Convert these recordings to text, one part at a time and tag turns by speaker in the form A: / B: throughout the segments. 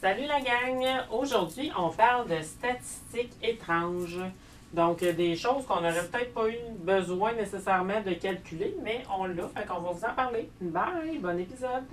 A: Salut la gang! Aujourd'hui, on parle de statistiques étranges. Donc, euh, des choses qu'on n'aurait peut-être pas eu besoin nécessairement de calculer, mais on l'a, fait qu'on va vous en parler. Bye! Bon épisode!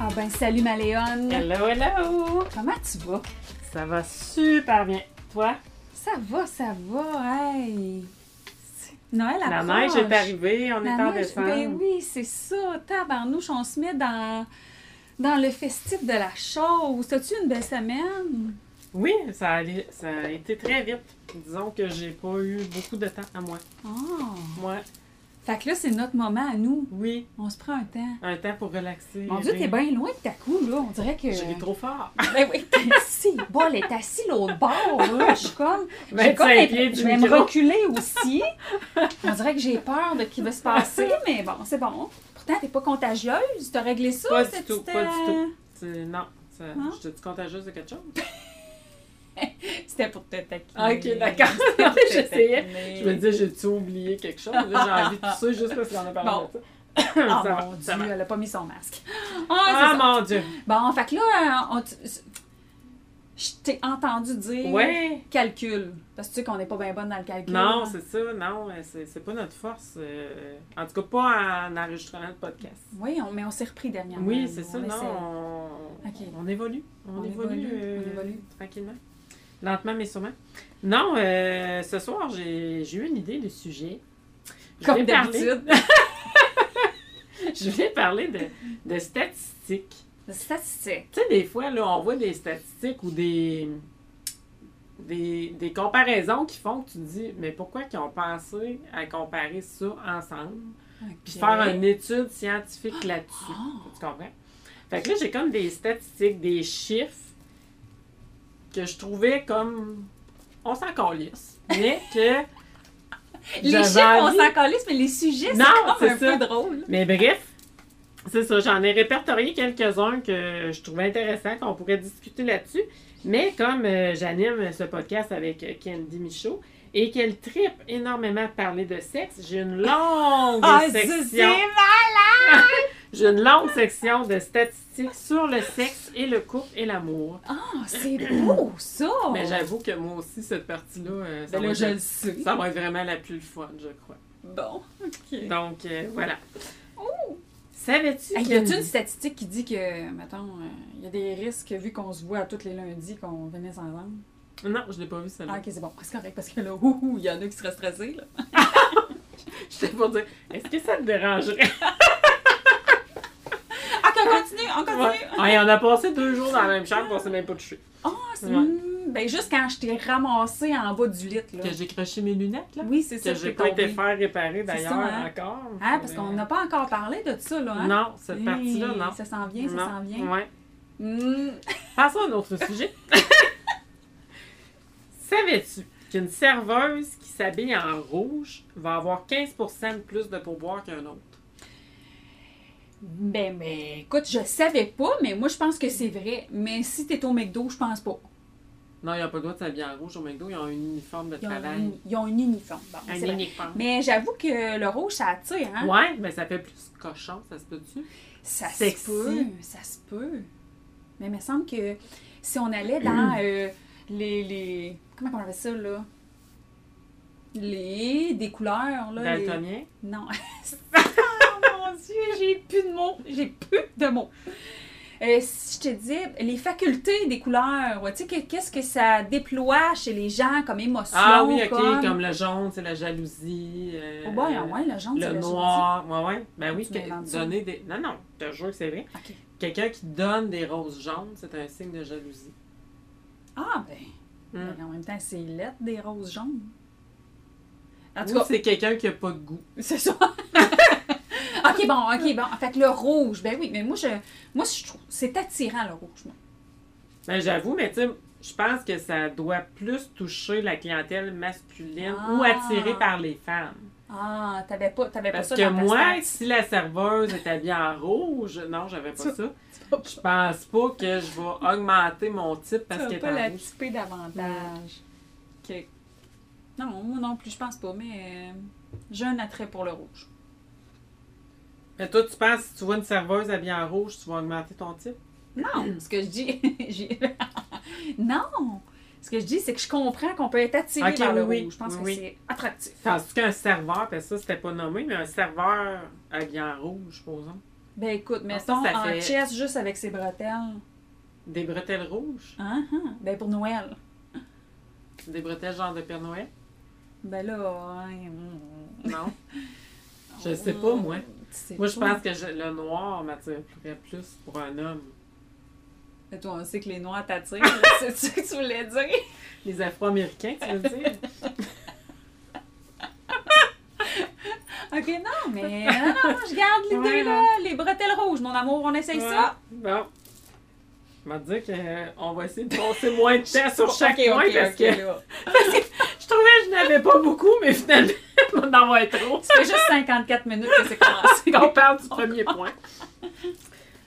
B: Ah ben salut Maléone!
A: Hello, hello!
B: Comment tu vas?
A: Ça va super bien. Toi,
B: Ça va, ça va, hey! Noël
A: la
B: approche!
A: neige est arrivée, on
B: La
A: est en
B: neige-
A: décembre.
B: Ben oui, c'est ça! Tabarnouche, on se met dans, dans le festif de la chose. As-tu une belle semaine?
A: Oui, ça a, ça a été très vite. Disons que j'ai pas eu beaucoup de temps à moi.
B: Oh!
A: Moi,
B: Fait que là, c'est notre moment à nous.
A: oui,
B: On se prend un temps.
A: un temps pour relaxer.
B: Mon Dieu, t'es bien loin de ta cou, là. On dirait que...
A: J'ai trop fort.
B: Ben oui, t'es assis. Bon, elle est assise l'autre bord, là. Je suis comme. euh, j'ai
A: 25
B: comme
A: pieds du
B: je vais me
A: micro.
B: reculer aussi. On dirait que j'ai peur de ce qui va se passer, mais bon, c'est bon. Pourtant, t'es pas contagieuse. T'as réglé ça,
A: Pas du
B: cette
A: tout,
B: petite,
A: pas du
B: euh,
A: C'est- Non. ça-
B: Non?
A: Je te contagieuse de quelque chose?
B: euh, C'était pour te taquiner.
A: Ah, Ok, d'accord.
B: C'était pour te
A: J'essayais.
B: taquiner.
A: Je me disais, j'ai-tu oublié quelque chose? Là, J'ai envie de tousser juste parce qu'on a parlé
B: Bon.
A: de ça.
B: Ah
A: Ça va,
B: mon
A: ça va.
B: Dieu, elle a pas mis son masque. Ah,
A: Ah,
B: c'est ça.
A: mon Dieu!
B: Bon, fait que là, on t- je t'ai entendu dire
A: Ouais!
B: calcul. Parce que tu sais qu'on n'est pas bien bonne dans le calcul.
A: Non, c'est ça, non, euh, c'est c'est pas notre force. euh, en tout cas, pas en enregistrement de podcast.
B: Oui, on- mais on s'est repris dernièrement.
A: Oui, c'est ça,
B: On
A: non,
B: essaie.
A: on,
B: Ok.
A: on évolue. On,
B: On
A: évolue,
B: évolue,
A: euh,
B: on évolue.
A: tranquillement. Lentement, mais sûrement. Non, euh, ce soir, j'ai j'ai eu une idée de sujet. Je
B: Comme
A: voulais parler-
B: d'habitude.
A: Je voulais parler de, de statistiques.
B: La statistique.
A: Tu sais, des fois, là, on voit des statistiques ou des, des, des comparaisons qui font que tu te dis, mais pourquoi qu'ils ont pensé à comparer ça ensemble? Puis faire une étude scientifique là-dessus.
B: Oh!
A: Tu comprends? Fait que là, j'ai comme des statistiques, des chiffres que je trouvais comme. On s'en calisse. Mais que.
B: Les
A: j'avais
B: chiffres, on
A: envie-
B: s'en calisse, mais les sujets, c'est
A: Non,
B: comme
A: c'est
B: un
A: ça.
B: peu drôle.
A: Mais bref, c'est ça. J'en ai répertorié quelques-uns que je trouvais intéressants, qu'on pourrait discuter là-dessus. Mais comme euh, j'anime ce podcast avec euh, Candy Michaud et qu'elle tripe énormément à parler de sexe, j'ai une longue
B: Ah, c'est
A: section.
B: malade!
A: J'ai une longue section de statistiques sur le sexe et le couple et l'amour.
B: Ah, c'est beau, ça!
A: Mais j'avoue que moi aussi, cette partie-là, euh, ça,
B: Oh, Ben là,
A: va
B: je le
A: être,
B: sais.
A: ça va être vraiment la plus fun, je crois.
B: Bon, OK.
A: Donc, euh, voilà.
B: Oh!
A: Savais-tu
B: Hey, y
A: qu'il
B: a-tu une statistique qui dit que, mettons, il y a des risques, vu qu'on se voit à tous les lundis, qu'on venait s'entendre?
A: Non, je l'ai pas vu
B: Ah,
A: celle-là.
B: OK, c'est bon. C'est correct, parce que là, ouh, il y en a qui seraient stressés, là.
A: J'étais pour dire, est-ce que ça te dérangerait?
B: Ah, OK, on continue, on continue!
A: Ouais. Hey, on a passé deux jours dans la même chambre, on s'est même pas touché.
B: Ah, c'est...
A: Ouais.
B: hmm, Ben, juste quand je t'ai ramassé en bas du lit, là.
A: Que j'ai croché mes lunettes, là.
B: Oui, c'est ça,
A: Que
B: je
A: j'ai
B: t'ai
A: pas été
B: tombée.
A: faire réparer d'ailleurs
B: ça, hein?
A: encore.
B: Ah, parce qu'on n'a pas encore parlé de ça, là, hein?
A: Non, cette partie-là,
B: Hey,
A: non.
B: Ça s'en vient, ça
A: Non.
B: s'en vient.
A: Ouais.
B: Mm.
A: Passons à un autre sujet. Savais-tu qu'une serveuse qui s'habille en rouge va avoir 15 de plus de pourboire qu'un autre?
B: Ben, mais écoute, je savais pas, mais moi, je pense que c'est vrai. Mais si t'es au McDo, je pense pas.
A: Non, ils n'ont pas le droit de s'habiller en rouge au McDo, ils ont un uniforme de
B: Ils ont,
A: travail.
B: une- ils ont un uniforme. Bon,
A: Un
B: c'est vrai.
A: uniforme.
B: Mais j'avoue que le rouge, ça attire, hein?
A: Ouais, mais ça fait plus cochon, ça se peut-tu?
B: Ça
A: Sexy.
B: se peut, ça se peut. Mais il me semble que si on allait dans
A: Mm.
B: euh, les, les... Comment on appelle ça, là? Les... des couleurs, là. les-
A: Daltonien?
B: Non. oh mon Dieu, j'ai plus de mots. J'ai plus de mots. Euh, si je te dis les facultés des couleurs, ouais, tu sais, que- qu'est-ce que ça déploie chez les gens comme émotion?
A: Ah oui, ok, comme... le jaune, c'est la jalousie. euh,
B: Oh, ben, ouais, le jaune, c'est
A: le noir. Ouais, ouais. Ben oui,
B: Tu
A: que-
B: m'inventes ça.
A: donner des. Non, non, je te jure que c'est vrai.
B: gentil. Ok.
A: Quelqu'un qui donne des roses jaunes, c'est un signe de jalousie.
B: Ah, ben,
A: Hmm.
B: ben, en même temps, c'est lettre des roses jaunes. En tout
A: Ou
B: cas,
A: c'est quelqu'un qui a pas de goût.
B: c'est ça. ok, bon, ok, bon. En fait, le rouge, ben oui, mais moi, je, moi, je trouve, c'est attirant, le rouge. moi.
A: Ben, j'avoue, mais tu sais, je pense que ça doit plus toucher la clientèle masculine
B: Ah.
A: ou attirée par les femmes.
B: Ah, t'avais pas, t'avais pas
A: Parce
B: ça
A: que
B: dans ta
A: moi,
B: stats.
A: si la serveuse est habillée en rouge, non, j'avais pas ça. Je pense pas que je vais augmenter mon type parce
B: Tu
A: qu'elle
B: vas
A: est
B: pas la
A: en rouge.
B: typer davantage. Ok. Non, moi non plus, je pense pas, mais euh, j'ai un attrait pour le rouge.
A: Mais toi, tu penses si tu vois une serveuse habillée en rouge, tu vas augmenter ton type?
B: Non, ce que je dis, j'ai- non, ce que je dis, c'est que je comprends qu'on peut être attiré
A: Ok,
B: par le
A: oui, oui.
B: rouge. Je pense
A: Oui,
B: que
A: oui.
B: c'est attractif.
A: Penses-tu qu'un serveur, parce que ça, c'était pas nommé, mais un serveur habillé en rouge, supposons.
B: Ben écoute,
A: ça,
B: mettons
A: ça
B: en
A: fait-
B: chess juste avec ses bretelles.
A: Des bretelles rouges?
B: Hein,
A: ah.
B: hein. Ben pour Noël.
A: Des bretelles genre de Père Noël?
B: Ben là, hein, mm,
A: Non. Je sais pas, moi.
B: tu sais
A: Moi, je
B: pas.
A: pense que je- le noir m'attirerait plus pour un homme.
B: Mais Ben, toi, on sait que les noirs t'attirent. c'est ça que tu voulais dire?
A: Les Afro-Américains, tu veux dire?
B: Ok, non, mais non, non, non, je garde l'idée,
A: Ouais,
B: là. Les bretelles rouges, mon amour, on essaye ça.
A: Ouais. Bon. Je vais te dire qu'on va essayer de passer moins de temps sur chaque
B: Ok, ok,
A: point parce,
B: ok,
A: que,
B: là.
A: parce que je trouvais que je n'avais pas beaucoup, mais finalement, on en va être trop.
B: Ça fait juste 54 minutes que c'est commencé.
A: On parle du premier point.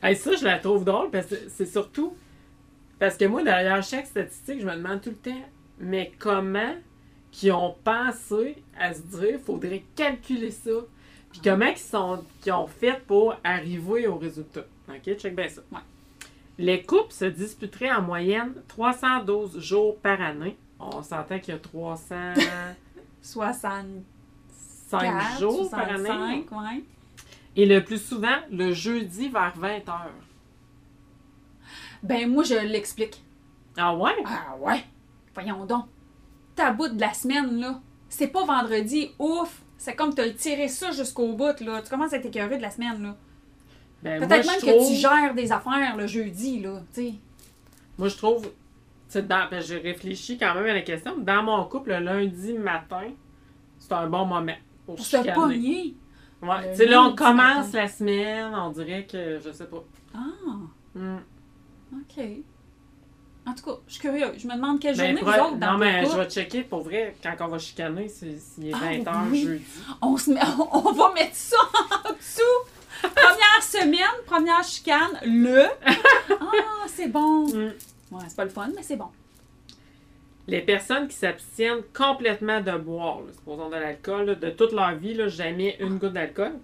A: Hey, ça, je la trouve drôle parce que c'est surtout parce que moi, derrière chaque statistique, je me demande tout le temps, mais comment qui ont pensé à se dire, faudrait calculer ça, puis comment ils sont, qu'ils ont fait pour arriver au résultat. Ok, check bien ça.
B: Ouais.
A: Les couples se disputeraient en moyenne 312 jours par année. On s'entend qu'il y a 305
B: 64,
A: jours par année.
B: 65, ouais.
A: Et le plus souvent, le jeudi vers 20h.
B: Ben, moi, je l'explique.
A: Ah ouais?
B: Ah ouais? Voyons donc. Ta bout de la semaine, là. C'est pas vendredi, ouf! C'est comme t'as tiré ça jusqu'au bout, là. Tu commences à être écœuré de la semaine, là.
A: Ben,
B: Peut-être
A: moi,
B: même
A: je
B: que
A: trouve-
B: tu gères des affaires le jeudi, là. Tu sais.
A: Moi, je trouve. tu sais, dans- ben, je réfléchis quand même à la question. Dans mon couple, le lundi matin, c'est un bon moment pour,
B: Pour
A: chicaner.
B: se pogner.
A: Ouais.
B: Le
A: Tu sais, là, on
B: lundi
A: commence
B: matin.
A: la semaine, on dirait que, je sais pas.
B: Ah!
A: Hmm.
B: OK. En tout cas, je suis curieuse. Je me demande quelle
A: Ben,
B: journée
A: pro-
B: vous autres dans
A: non, mais
B: le
A: je vais checker pour vrai quand on va chicaner, c'est- s'il est
B: Ah,
A: 20h
B: oui.
A: jeudi.
B: on, se met- on, on va mettre ça en dessous. Première semaine, première chicane, le. Ah, c'est bon.
A: Hmm.
B: Ouais, c'est pas le fun, mais c'est bon.
A: Les personnes qui s'abstiennent complètement de boire, là, supposons de l'alcool, là, de toute leur vie, là, jamais une goutte d'alcool,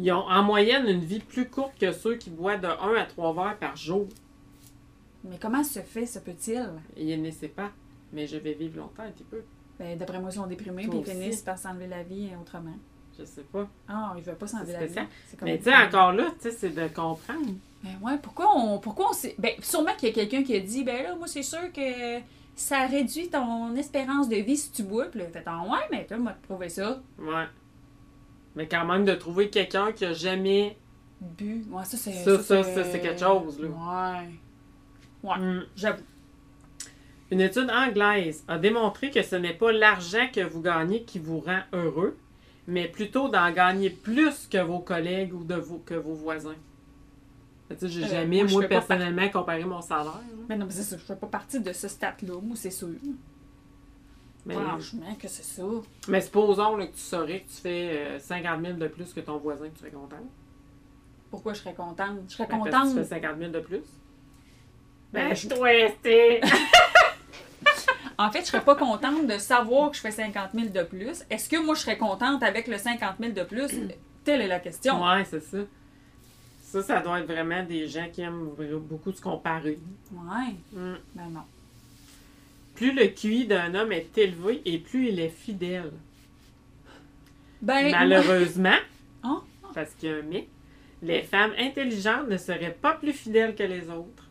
A: ils ont en moyenne une vie plus courte que ceux qui boivent de 1 à 3 verres par jour.
B: Mais comment se fait, se peut-il?
A: Il ne sait pas, mais je vais vivre longtemps un petit peu.
B: Ben, d'après moi, ils sont déprimés puis
A: Toi
B: ils
A: aussi.
B: finissent par s'enlever la vie euh, autrement.
A: Je sais pas.
B: Ah, ils veulent pas s'enlever
A: C'est
B: la vie.
A: spécial.
B: C'est
A: Mais tu sais, encore là, tu sais, c'est de comprendre.
B: Ben ouais, pourquoi on, pourquoi on s'est... Ben, sûrement qu'il y a quelqu'un qui a dit, ben là, moi, c'est sûr que ça réduit ton espérance de vie si tu bois. Puis là, fait, ah ouais, mais toi, moi, te prouver ça.
A: Ouais. Mais quand même, de trouver quelqu'un qui a jamais.
B: Bu. Ouais, ça, c'est...
A: Ça, ça, ça, c'est quelque chose, là.
B: Ouais.
A: Hmm.
B: J'avoue.
A: Une étude anglaise a démontré que ce n'est pas l'argent que vous gagnez qui vous rend heureux, mais plutôt d'en gagner plus que vos collègues ou de vos, que vos voisins. Tu sais, j'ai
B: Euh,
A: jamais,
B: moi, je
A: moi,
B: fais pas
A: personnellement, comparé mon salaire. là.
B: Mais non, mais c'est ça, je fais pas partie de ce stat-là, moi, c'est sûr.
A: Mais,
B: Franchement, que c'est ça.
A: mais supposons là, que tu saurais que tu fais euh, 50 000 de plus que ton voisin, tu serais content.
B: Pourquoi je serais contente? Je serais
A: Ben, parce que
B: contente...
A: tu fais 50 000 de plus.
B: Ben,
A: je dois rester.
B: En fait, je serais pas contente de savoir que je fais 50 000 de plus. Est-ce que moi, je serais contente avec le 50 000 de plus? Telle est la question.
A: ouais, c'est ça. Ça, ça doit être vraiment des gens qui aiment beaucoup se comparer.
B: Ouais.
A: Hmm.
B: Ben non.
A: Plus le QI d'un homme est élevé et plus il est fidèle.
B: Ben,
A: Malheureusement,
B: Hein?
A: parce qu'il y a un mythe, les femmes intelligentes ne seraient pas plus fidèles que les autres.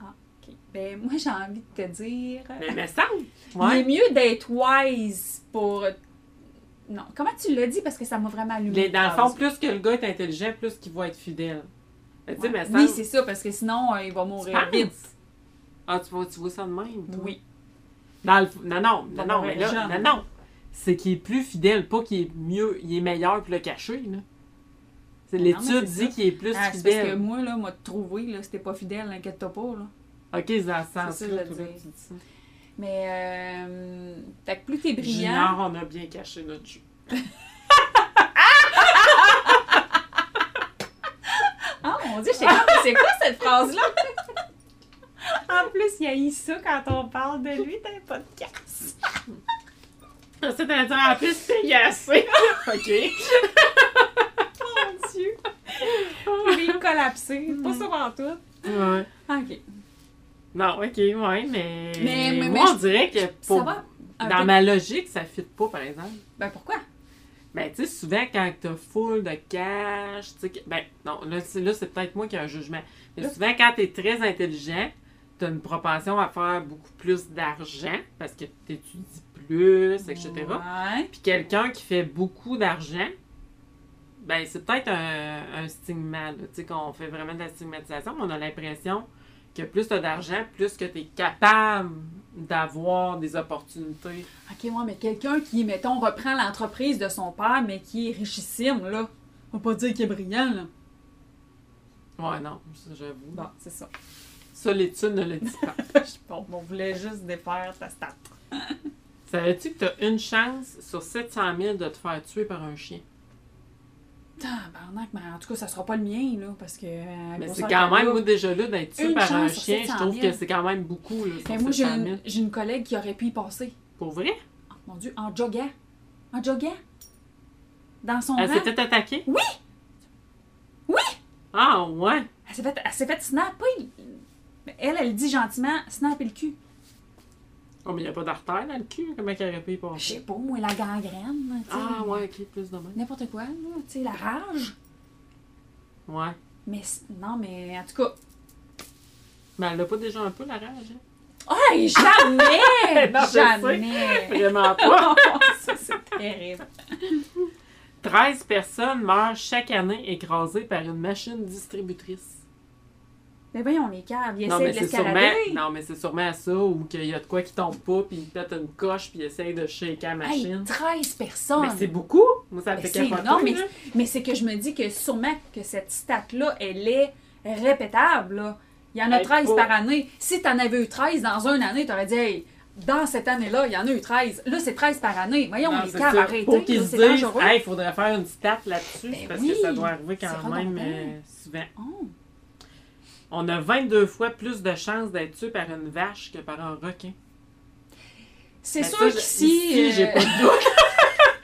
B: Ok. Ben, moi, j'ai envie de te dire.
A: Mais me semble.
B: Il est mieux d'être wise pour. Non. Comment tu l'as dit? Parce que ça m'a vraiment allumé.
A: Les- dans le fond, plus que le gars est intelligent, plus qu'il va être fidèle. Mais Tu sais, me semble-
B: Oui, c'est ça, parce que sinon, euh, il va
A: tu
B: mourir vite.
A: penses? Ah, tu vois, tu vois ça de même? toi?
B: Oui.
A: Dans le, non, non, non,
B: Dans
A: non,
B: le
A: mais là,
B: genre.
A: non, non. C'est qu'il est plus fidèle, pas qu'il est mieux, il est meilleur que le caché, là. C'est-
B: Non, mais
A: L'étude
B: c'est ça.
A: dit qu'il est plus
B: Ah, c'est parce que
A: fidèle.
B: moi, là, m'a trouvé, là, c'était pas fidèle, inquiète-toi pas, là.
A: Ok, ils en sentent
B: ça que je veux dire. Mais, euh, fait que plus t'es brillant.
A: Junior, on a bien caché notre jeu.
B: Ah mon dieu, j'étais comme, c'est quoi cette phrase-là? en plus, il haït ça quand on parle de lui dans les podcasts.
A: Ensuite, elle dit en plus, c'est gassé. OK.
B: Mon dieu! Il est collapsé. Pas ça en tout.
A: Ouais.
B: Mm. Ok.
A: Non, OK, ouais, mais.
B: Mais-
A: moi,
B: mais- mais
A: on dirait que pour-
B: Ça va? Un
A: dans
B: peu-
A: ma logique, ça ne fit pas, par exemple.
B: Ah, Ben pourquoi?
A: Ben, tu sais, souvent, quand t'as full de cash, tu sais, que- ben, non, là, c'est là, c'est peut-être moi qui ai un jugement. Mais
B: Là-
A: souvent, quand t'es très intelligent, t'as une propension à faire beaucoup plus d'argent parce que t'étudies plus, etc.
B: Ouais.
A: Puis quelqu'un qui fait beaucoup d'argent, ben, c'est peut-être un, un stigma, là, tu sais, qu'on fait vraiment de la stigmatisation, mais on a l'impression que plus t'as d'argent, plus que t'es capable d'avoir des opportunités.
B: Ok, ouais, mais quelqu'un qui, mettons, reprend l'entreprise de son père, mais qui est richissime, là. On va pas dire qu'il est brillant, là.
A: Ouais, non, ça, j'avoue.
B: Bon, c'est ça.
A: Ça, l'étude ne le dit pas.
B: bon, on voulait juste défaire ta stat.
A: Savais-tu que t'as une chance sur 700 000 de te faire tuer par un chien?
B: Tabarnak, Ah, mais en tout cas, ça sera pas le mien, là, parce que... euh,
A: Mais
B: grosseur
A: c'est quand même,
B: cargo-
A: moi, déjà là, d'être tué
B: Une
A: par un
B: chance sur
A: chien, je
B: 700
A: trouve
B: 000.
A: que c'est quand même beaucoup, là, sur
B: Mais moi, j'ai
A: 700 000.
B: une, j'ai une collègue qui aurait pu y passer.
A: Pour vrai?
B: Oh, mon Dieu, en joguant. En joguant. Dans son
A: Elle
B: rang.
A: s'était attaquée?
B: Oui! Oui!
A: Ah, ouais!
B: Elle s'est fait, elle s'est fait snapper. Mais Elle, elle dit gentiment, snapper le cul.
A: Oh, mais il n'y a pas d'artère dans le cul, hein, comment qu'elle aurait pu y
B: Je sais
A: passer?
B: pas, moi, la gangrène, tu sais.
A: Ah, ouais, ok, plus de même.
B: N'importe quoi, là, tu sais, la rage.
A: Ouais.
B: Mais c- non, mais en tout cas.
A: Mais elle n'a pas déjà un peu la rage, hein?
B: Hey, jamais!
A: Non, je
B: jamais!
A: Vraiment pas!
B: Ça, c'est terrible.
A: 13 personnes meurent chaque année écrasées par une machine distributrice.
B: Mais voyons, les câbles, ils
A: Non
B: essaient
A: mais,
B: de
A: c'est sûrement,
B: l'escalader.
A: non, mais c'est sûrement ça, ou qu'il y a de quoi qui tombe pas, puis il pète une coche, puis il essaye de shaker la
B: Hey,
A: machine.
B: 13
A: mais
B: personnes!
A: c'est beaucoup! Moi, ça me
B: Mais
A: fait
B: c'est
A: capoter.
B: énorme,
A: là.
B: Mais c'est que je me dis que sûrement que cette stat-là, elle est répétable. là. Il y en a
A: Hey,
B: 13
A: pas-
B: par année. Si tu en avais eu 13 dans une année, tu aurais dit, hey, dans cette année-là, il y en a eu 13. Là, c'est 13 par année. Voyons,
A: Non,
B: les
A: c'est
B: câbles,
A: ça.
B: arrêtez.
A: Pour qu'ils
B: là,
A: se
B: c'est
A: disent,
B: dangereux.
A: hey, il faudrait faire une stat là-dessus,
B: Ben
A: parce
B: oui,
A: que ça doit arriver quand
B: c'est
A: même
B: redondant.
A: euh, souvent.
B: Oh,
A: On a 22 fois plus de chances d'être tué par une vache que par un requin.
B: C'est
A: Ben,
B: sûr euh,
A: ça,
B: que
A: je-
B: si...
A: ici, j'ai pas de doute.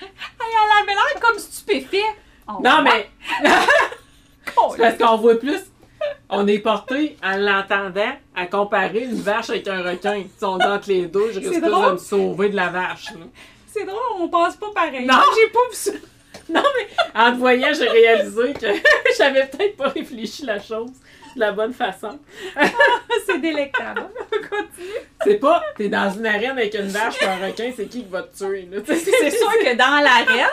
B: elle avait l'air comme stupéfait. Oh,
A: Non, mais
B: con,
A: c'est
B: là.
A: parce qu'on voit plus. On est porté, en l'entendant, à comparer une vache avec un requin. Si on est entre les deux, je
B: C'est
A: risque plus de
B: drôle.
A: me sauver de la vache. là.
B: C'est drôle, on passe pas pareil.
A: Non.
B: j'ai pas vu ça.
A: Non, mais en te voyant, j'ai réalisé que j'avais peut-être pas réfléchi la chose de la bonne façon.
B: C'est délectable. Continue.
A: C'est pas, t'es dans une arène avec une vache et un requin, c'est qui qui va te tuer, là? Tu sais,
B: C'est sûr que dans l'arène,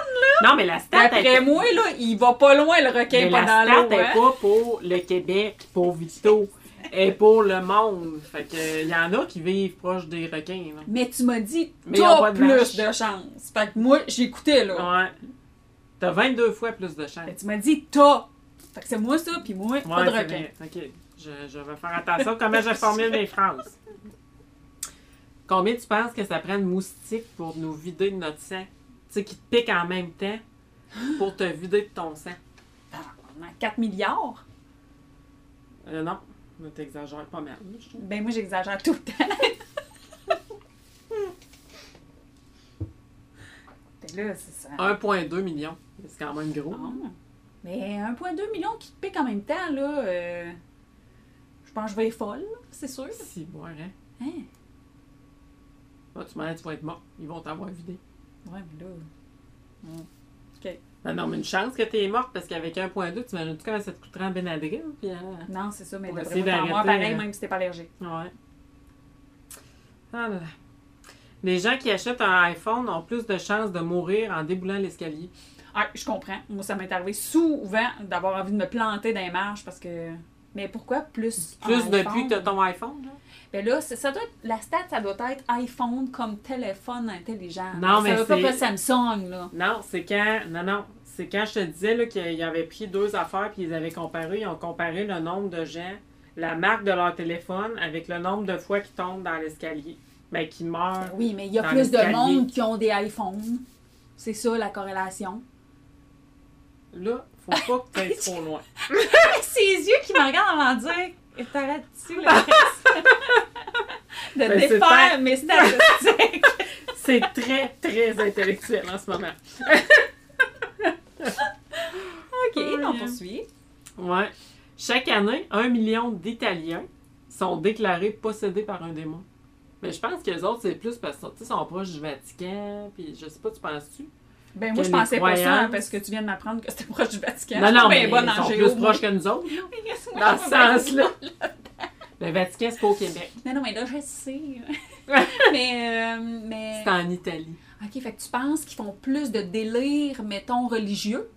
A: Non, mais la stat, elle
B: d'après
A: était-
B: moi, là, il va pas loin le requin
A: mais la
B: pendant
A: stat
B: l'eau.
A: est
B: hein.
A: pas pour le Québec, pour Vito, et pour le monde. Fait que, il y en a qui vivent proche des requins, là.
B: Mais tu m'as dit,
A: Mais ils ont
B: t'as
A: pas de
B: plus
A: vache.
B: de chance. Fait que moi, j'écoutais, là.
A: Ouais. T'as 22 fois plus de
B: Fait
A: chance.
B: que tu m'as dit, t'as. Fait que c'est moi, ça, puis moi, pas de
A: c'est
B: requin.
A: vrai. OK. Je, je vais faire attention à comment je formule mes phrases. Combien tu penses que ça prend de moustiques pour nous vider de notre sang? Tu sais, qui te piquent en même temps pour te vider de ton sang.
B: Tabarnak, 4 milliards?
A: Euh, non, ne t'exagères pas mal, je trouve.
B: Ben moi, j'exagère tout le temps. Ben là, c'est ça.
A: 1,2 million. C'est quand même gros.
B: Ah. Mais 1,2 million qui te pique en même temps, là, euh, je pense que je vais être folle, là, c'est sûr.
A: Si, bon, hein?
B: Hein?
A: Moi, tu m'as dit, tu vas être mort. Ils vont t'avoir vidé.
B: Ouais, mais là...
A: Ben non, mais une chance que t'es morte parce qu'avec 1,2, tu imagines-tu comment ça te coûterait en Benadryl? Puis, euh,
B: Non, c'est ça, mais
A: Pour
B: d'après
A: essayer
B: moi, t'en
A: d'arrêter,
B: meurs pareil,
A: euh,
B: même si t'es pas allergique.
A: Ouais. Ah là là. Les gens qui achètent un iPhone ont plus de chances de mourir en déboulant l'escalier.
B: Ah, je comprends. Moi, ça m'est arrivé souvent d'avoir envie de me planter dans les marches parce que. Mais pourquoi plus.
A: Plus
B: en
A: depuis
B: iPhone?
A: que t'as ton iPhone, là.
B: Ben là, c'est- ça doit être, la stat, ça doit être iPhone comme téléphone intelligent.
A: Non, mais
B: Ça veut pas
A: c'est-
B: que Samsung, là.
A: Non, c'est quand. Non, non. C'est quand je te disais là, qu'ils avaient pris deux affaires puis ils avaient comparé. Ils ont comparé le nombre de gens, la marque de leur téléphone avec le nombre de fois qu'ils tombent dans l'escalier. Ben, qui meurent.
B: Oui, mais il y a
A: Dans
B: plus de
A: l'escalier.
B: monde qui ont des iPhones. C'est ça la corrélation.
A: Là, faut pas que tu ailles trop loin.
B: Ses yeux qui me regardent en dire Et t'arrêtes-tu le reste De
A: Ben, c'est pas-
B: défaire mes statistiques.
A: C'est très, très intellectuel en ce moment.
B: ok, on
A: Ouais.
B: poursuit.
A: Ouais. Chaque année, un million d'Italiens sont déclarés possédés par un démon. Mais je pense que les autres, c'est plus parce que tu sais, ils sont proches du Vatican, puis je sais pas, tu penses-tu?
B: Ben moi, je
A: Quelle
B: pensais pas ça hein,
A: croyance.
B: parce que tu viens de m'apprendre que c'était proche du Vatican.
A: Non,
B: Je
A: non,
B: suis
A: mais
B: bien bonne
A: ils
B: en
A: sont
B: géo,
A: plus
B: moi.
A: proches que nous autres,
B: Mais qu'est-ce que moi,
A: dans
B: je
A: ce
B: suis pas bonne.
A: sens-là. Le Vatican, c'est pas au Québec,
B: Non, non, mais là, je sais. mais, euh, mais...
A: c'est en Italie.
B: OK, fait que tu penses qu'ils font plus de délire, mettons, religieux?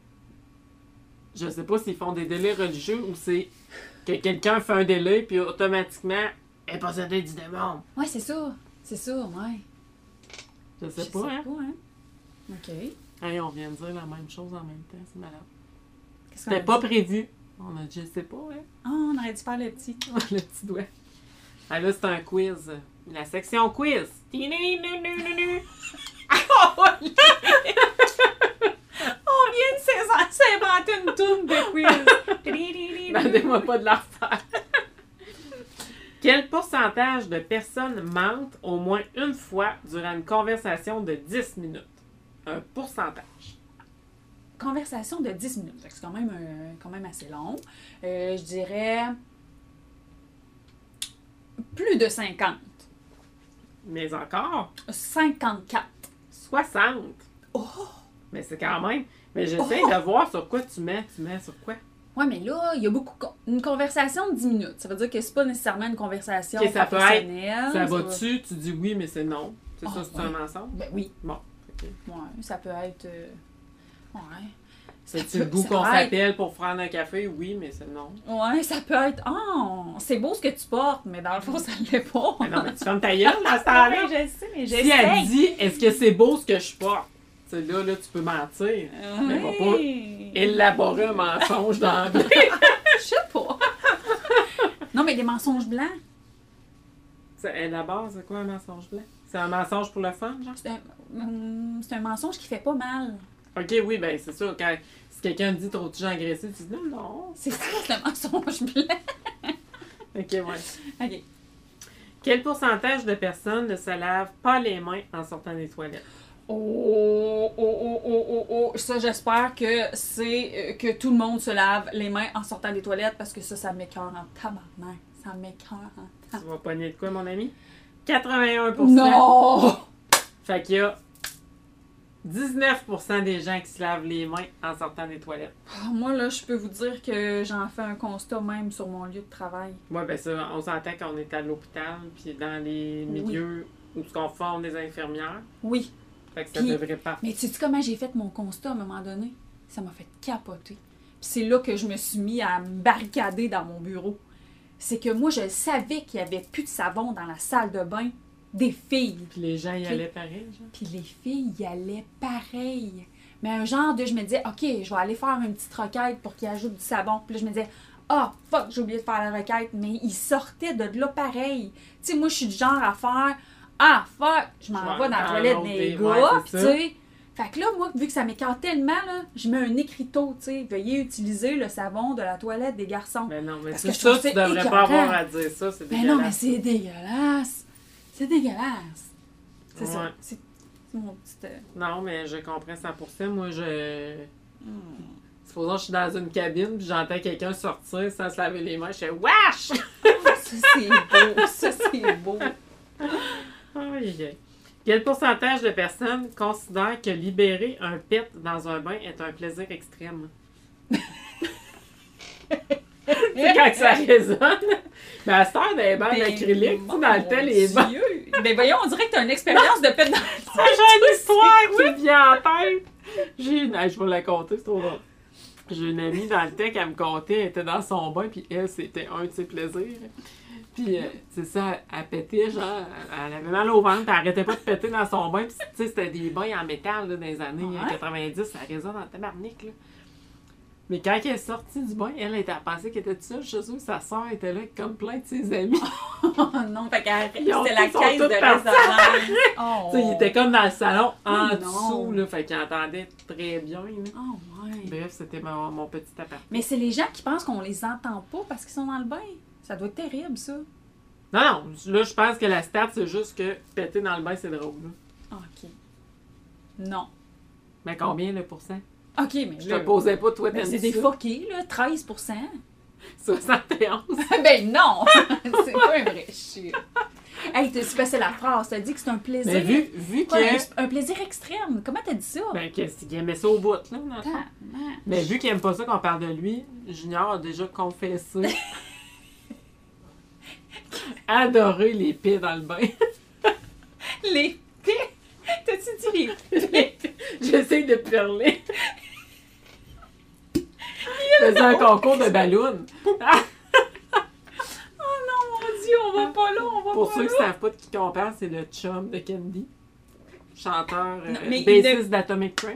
A: Je sais pas s'ils font des délais religieux ou c'est que quelqu'un fait un délai, puis automatiquement, est possédé du démon.
B: Ouais, c'est ça. C'est ça, ouais.
A: Je
B: Je
A: sais pas, hein?
B: hein? OK.
A: Hey, on vient de dire la même chose en même temps, c'est malade.
B: Qu'est-ce qu'on a
A: C'était
B: dit?
A: pas prévu. On a, je sais pas, hein?
B: Ah, on aurait dû faire le petit.
A: le petit doigt. Ah là, c'est un quiz. La section quiz.
B: Oh, là! on vient de s'in- s'inventer une tourne de quiz.
A: Demandez-moi pas de la refaire. Quel pourcentage de personnes mentent au moins une fois durant une conversation de 10 minutes? Un pourcentage.
B: Conversation de 10 minutes. Fait que C'est quand même, euh, quand même assez long. Euh, je dirais plus de 50.
A: Mais encore,
B: 54.
A: 60.
B: Oh!
A: Mais c'est quand même. Mais j'essaie de voir sur quoi tu mets. Tu mets sur quoi?
B: Ouais, mais là, il y a beaucoup. con- Une conversation de 10 minutes. Ça veut dire que c'est pas nécessairement une conversation
A: Ok, ça peut être-
B: professionnelle.
A: Ça
B: peut-
A: va-tu? Tu dis oui, mais c'est non. C'est
B: Oh,
A: ça, c'est
B: ouais.
A: un ensemble?
B: Ben oui.
A: Bon. ok.
B: Ouais, ça peut être. euh, Ouais.
A: C'est-tu
B: Ça
A: le
B: peut-
A: goût
B: ça
A: qu'on
B: peut être-
A: s'appelle pour prendre un café? Oui, mais c'est non.
B: Ouais, ça peut être. Oh, c'est beau ce que tu portes, mais dans le fond, ça ne l'est pas.
A: Mais non, mais tu fermes ta gueule à ce temps-là.
B: Ouais, Ah je sais, mais
A: Si elle
B: j'essaie.
A: dit, est-ce que c'est beau ce que je porte? Tu sais, là, là, tu peux mentir. Mais va pas
B: Ouais.
A: Élaborer un mensonge dans la vie.
B: Je sais pas. non, mais des mensonges blancs.
A: Ça, Élabore, c'est quoi un mensonge blanc? C'est un mensonge pour le fun, genre?
B: C'est un, hum, c'est un mensonge qui fait pas mal.
A: Ok, oui, ben c'est sûr. Quand, si quelqu'un te dit trop de gens agressifs, tu dis non, non.
B: C'est ça, c'est un mensonge blanc.
A: Ok, ouais.
B: OK.
A: Quel pourcentage de personnes ne se lavent pas les mains en sortant des toilettes?
B: Oh, oh, oh, oh, oh, oh. Ça, j'espère que c'est euh, que tout le monde se lave les mains en sortant des toilettes parce que ça, ça m'écœure en tabarnak. Ça m'écœure hein. en
A: Tu
B: tabarnak.
A: vas pogner de quoi, mon ami? 81
B: Non!
A: Fait qu'il y a 19 des gens qui se lavent les mains en sortant des toilettes.
B: Ah, Moi, là, je peux vous dire que j'en fais un constat même sur mon lieu de travail.
A: Ouais, ben ça, on s'entend qu'on est à l'hôpital, puis dans les
B: Oui.
A: milieux où ce qu'on forme des infirmières.
B: Oui.
A: Fait que ça
B: Puis-
A: devrait pas.
B: Mais tu sais comment j'ai fait mon constat à un moment donné? Ça m'a fait capoter. Puis c'est là que je me suis mis à me barricader dans mon bureau. C'est que moi, je savais qu'il n'y avait plus de savon dans la salle de bain des filles.
A: Puis les gens y
B: Puis-
A: allaient pareil, genre.
B: Puis les filles y allaient pareil. Mais un genre de, je me disais, OK, je vais aller faire une petite requête pour qu'ils ajoutent du savon. Puis là, je me disais, ah, fuck, j'ai oublié de faire la requête. Mais ils sortaient de là pareil. Tu sais, moi, je suis du genre à faire, ah, fuck, je m'en
A: Ouais,
B: vais dans la
A: dans
B: toilette
A: l'autre
B: des
A: des-
B: gars.
A: ouais,
B: Puis
A: c'est
B: tu
A: ça.
B: sais, fait que là, moi, vu que ça m'écarte tellement, là, je mets un écriteau, tu sais, veuillez utiliser le savon de la toilette des garçons.
A: Mais Ben non, mais
B: Parce
A: c'est
B: que je
A: ça,
B: trouve
A: tu
B: ça
A: devrais pas
B: écœurant.
A: avoir à dire ça, c'est
B: Mais non, mais
A: dégueulasse.
B: c'est dégueulasse. C'est dégueulasse. C'est ça.
A: Ouais.
B: C'est c'est mon petit. euh,
A: Non, mais je comprends 100 Moi, je...
B: Hmm.
A: Supposons que je suis dans une cabine, puis j'entends quelqu'un sortir sans se laver les mains, je fais « Wesh! »
B: Ça, c'est beau. Ça, c'est beau.
A: Aïe, aïe, aïe. Quel pourcentage de personnes considèrent que libérer un pet dans un bain est un plaisir extrême? C'est quand que ça résonne. Mais à cette heure des bains d'acrylique, tu sais, dans le tel les bains.
B: Mais voyons, on dirait que t'as une expérience de pète dans
A: Ah, J'ai une histoire qui me vient en tête. J'ai une... ah, je vais la compter, c'est trop drôle. J'ai une amie dans le temps qui me contait, elle était dans son bain, puis elle, c'était un de ses plaisirs. Puis, euh, c'est ça, elle pétait, genre, elle avait mal au ventre, elle arrêtait pas de péter dans son bain. Puis, tu sais, c'était des bains en métal, là, dans les années
B: Ouais.
A: 90, ça résonne en tabarnak, là. Mais quand elle est sortie du bain, elle était à penser qu'elle était toute seule chez eux. Sa soeur était là comme plein de ses amis.
B: Oh non, fait qu'elle
A: Ils ont
B: c'était la
A: tous- sont
B: caisse de
A: tous partis
B: résonance. Oh.
A: Tu sais, il était comme dans le salon en
B: Oh non.
A: dessous, là, fait qu'il entendait très bien. là.
B: Oh, ouais.
A: Bref, c'était mon, mon petit appart.
B: Mais c'est les gens qui pensent qu'on les entend pas parce qu'ils sont dans le bain. Ça doit être terrible, ça.
A: Non, non, là, je pense que la stat, c'est juste que péter dans le bain, c'est drôle. là.
B: Ah, OK. Non.
A: Mais combien le pourcent?
B: OK, mais
A: Je
B: là,
A: te posais pas, toi,
B: ben,
A: t'aimes
B: c'est des
A: ça?
B: fuckés, là, 13
A: 71.
B: Ben non! c'est pas un vrai chien. Hey, t'as su passer la phrase. T'as dit que c'est un plaisir.
A: Mais vu, vu
B: Quoi,
A: que.
B: un, un plaisir extrême. Comment t'as dit ça?
A: Ben, qu'est-ce qu'il aimait ça au bout, là, dans le fond.
B: Attends, man.
A: Mais vu qu'il aime pas ça qu'on parle de lui, Junior a déjà confessé. Adorer les pieds dans le bain.
B: Les pieds. T'as-tu dit les
A: J'essaie de perler. Il faisait un concours de ballon.
B: Oh non, mon Dieu, on va pas là, on va
A: Pour
B: pas
A: ceux qui
B: là.
A: ne savent pas de qui qu'on parle, c'est le chum de Candy. Chanteur, euh,
B: Non, mais il
A: bassiste d'Atomic Train.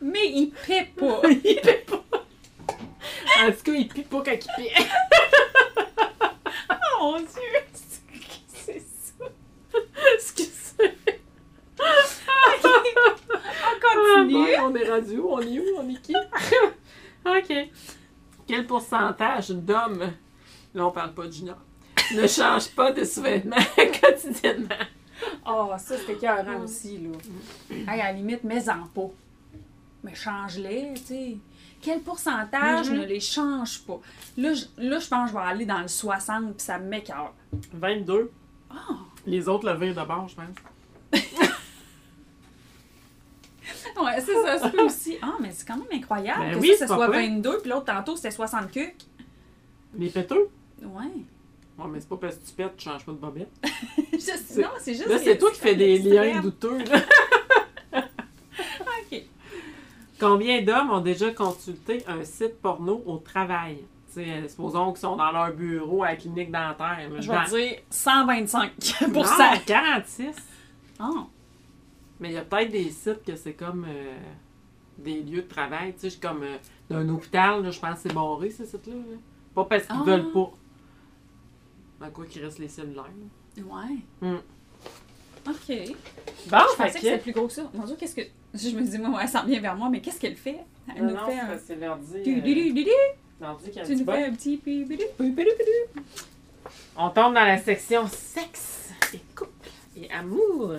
B: Mais il paie pas.
A: il pue pas. En tout cas, il pue pas quand il pue.
B: Oh mon Dieu! C'est ça!
A: Excusez.
B: On
A: Ah,
B: continue!
A: bon, on est rendu où? On est où? On est qui? OK. Quel pourcentage d'hommes, là on parle pas de junior, ne change pas de sous-vêtements quotidiennement?
B: Ah, oh, ça, c'était écœurant
A: Ouais.
B: aussi, là. hey, à la limite, mets-en pas. Mais change-les, tu sais. Quel pourcentage
A: Mhm.
B: ne les change pas? Là, je, là, je pense que je vais aller dans le 60, puis ça m'écœure.
A: 22.
B: Ah!
A: Les autres le virent de bord, je pense.
B: Ouais, c'est ça, ça peut aussi. Ah, mais c'est quand même incroyable
A: Ben
B: que
A: oui,
B: ça,
A: c'est
B: ça
A: pas
B: soit
A: vrai.
B: 22, puis l'autre, tantôt, c'était 60 cucs.
A: Les péteux?
B: Ouais.
A: Ouais, mais c'est pas parce que tu pètes, tu changes pas de bobette.
B: Juste- non, c'est juste...
A: Là, c'est toi qui fais des liens
B: douteux.
A: douteux. là.
B: OK.
A: Combien d'hommes ont déjà consulté un site porno au travail? Tu sais, euh, supposons qu'ils sont dans leur bureau à la clinique dentaire. là,
B: Je
A: dans-
B: vais dire 125
A: Non,
B: Ah!
A: 46. Mais il y a peut-être des sites que c'est comme euh, des lieux de travail, tu sais, je- comme euh, d'un hôpital, là, je pense que c'est barré, ce site-là. là. Pas parce qu'ils
B: Ah.
A: veulent pas. À quoi qu'il reste les cellulaires. là.
B: Ah, Ouais.
A: Hmm.
B: OK.
A: Bon,
B: Je pensais que c'était
A: Ah, fait que...
B: plus gros que ça. Mon Dieu, qu'est-ce que. Je me dis, moi, elle s'en vient vers moi, mais qu'est-ce qu'elle fait? Elle
A: Non,
B: nous
A: non,
B: fait
A: c'est
B: un.
A: parce que c'est l'ordi,
B: Du-
A: euh,
B: du- du- du- du.
A: l'ordi qui a
B: Tu
A: du
B: nous
A: bug.
B: fais un petit. pi- pi- pi-
A: On tombe dans la section sexe et couple et amour.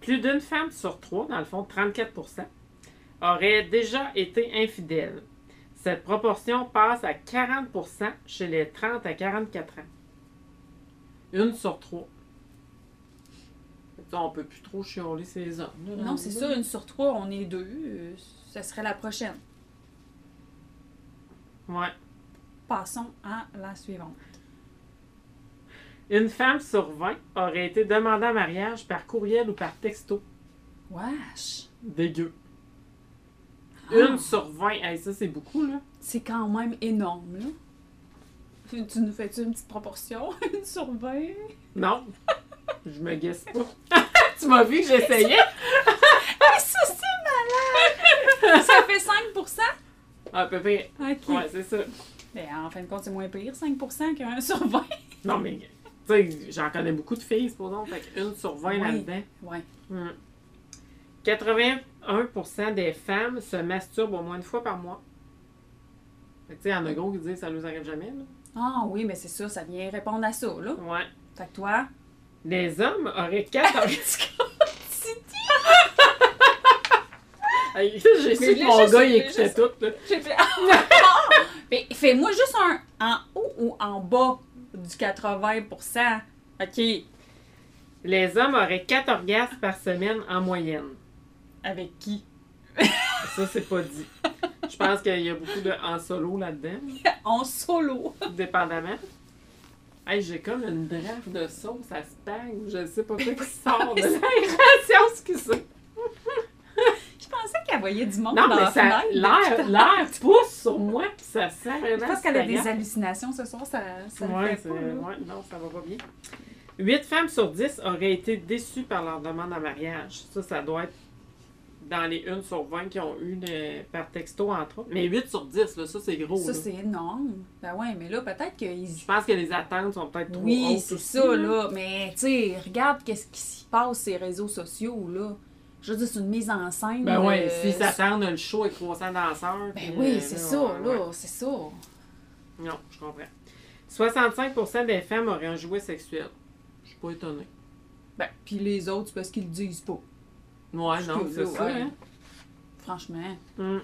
A: Plus d'une femme sur trois, dans le fond 34 aurait déjà été infidèle. Cette proportion passe à 40 chez les 30 à 44 ans. Une sur trois. On peut plus trop chialer ces hommes. là, dans
B: Non,
A: le
B: c'est
A: monde.
B: sûr, une sur trois, on est deux. euh, Ça serait la prochaine.
A: Ouais.
B: Passons à la suivante.
A: Une femme sur 20 aurait été demandée en mariage par courriel ou par texto.
B: Wesh!
A: Dégueu.
B: Ah.
A: Une sur 20. Hey, ça, c'est beaucoup, là.
B: C'est quand même énorme, là. Tu nous fais-tu une petite proportion? Une sur 20?
A: Non. Je me guesse pas. tu m'as vu que j'essayais?
B: Ah, ça, c'est malade! ça fait 5
A: À peu près.
B: OK.
A: Ah, Ouais, c'est ça.
B: Mais en fin de compte, c'est moins pire, 5 qu'un sur 20.
A: Non, mais, tu sais, j'en connais beaucoup de filles, supposons. Fait qu'une sur 20
B: Oui.
A: là-dedans.
B: Ouais.
A: Hmm. 81% des femmes se masturbent au moins une fois par mois. Fait que, tu sais, il y en a gros qui disent ça nous arrive jamais, là.
B: Ah oui, mais c'est ça, ça vient répondre à ça, là.
A: Ouais.
B: Fait que toi...
A: Les hommes auraient 14... Hey, J'ai
B: Mais
A: su
B: je
A: que
B: l'ai
A: mon
B: juste-
A: gars,
B: je
A: il
B: l'ai
A: écoutait
B: juste-
A: tout, là.
B: J'ai fait... Mais fais-moi juste un en haut ou en bas du 80 OK.
A: Les hommes auraient 4 orgasmes par semaine en moyenne.
B: Avec qui?
A: Ça, c'est pas dit. Je pense qu'il y a beaucoup de en solo là-dedans,
B: En solo.
A: dépendamment. Hey, j'ai comme une draft de sauce à spag ou je sais pas quoi qui sort de l'aération, excusez.
B: Je pensais qu'elle voyait du monde
A: Non,
B: dans
A: mais
B: la
A: ça,
B: fenêtre.
A: l'air, l'air pousse sur moi, pis ça sent
B: Je
A: vraiment
B: pense qu'elle a
A: spaghetti.
B: des hallucinations ce soir, ça, ça le
A: Ouais,
B: fait
A: c'est-
B: pas, là.
A: ouais, non, ça va pas bien. 8 femmes sur 10 auraient été déçues par leur demande en mariage. Ça, ça doit être dans les 1 sur 20 qui ont eu de- par texto, entre autres. Mais 8 sur 10, là, ça, c'est gros.
B: Ça,
A: là.
B: c'est énorme. Ben ouais, mais là, peut-être qu'ils
A: Je pense que les attentes sont peut-être trop
B: Oui,
A: hautes
B: c'est
A: aussi,
B: ça, là. Mais, tu sais, regarde qu'est-ce qui s'y passe ces réseaux sociaux, là. Je veux dire, c'est une mise en scène.
A: Ben oui,
B: euh,
A: s'ils s'attendent à le show avec 300 danseurs.
B: Ben
A: puis,
B: oui,
A: euh,
B: c'est
A: là,
B: ça,
A: ouais.
B: là. C'est ça.
A: Non, je comprends. 65 des femmes auraient un jouet sexuel. Je suis pas étonnée.
B: Ben, puis les autres, c'est parce qu'ils le disent pas.
A: Ouais, non,
B: Excuse,
A: c'est
B: là,
A: ça.
B: ouais.
A: hein.
B: Franchement.
A: Mm.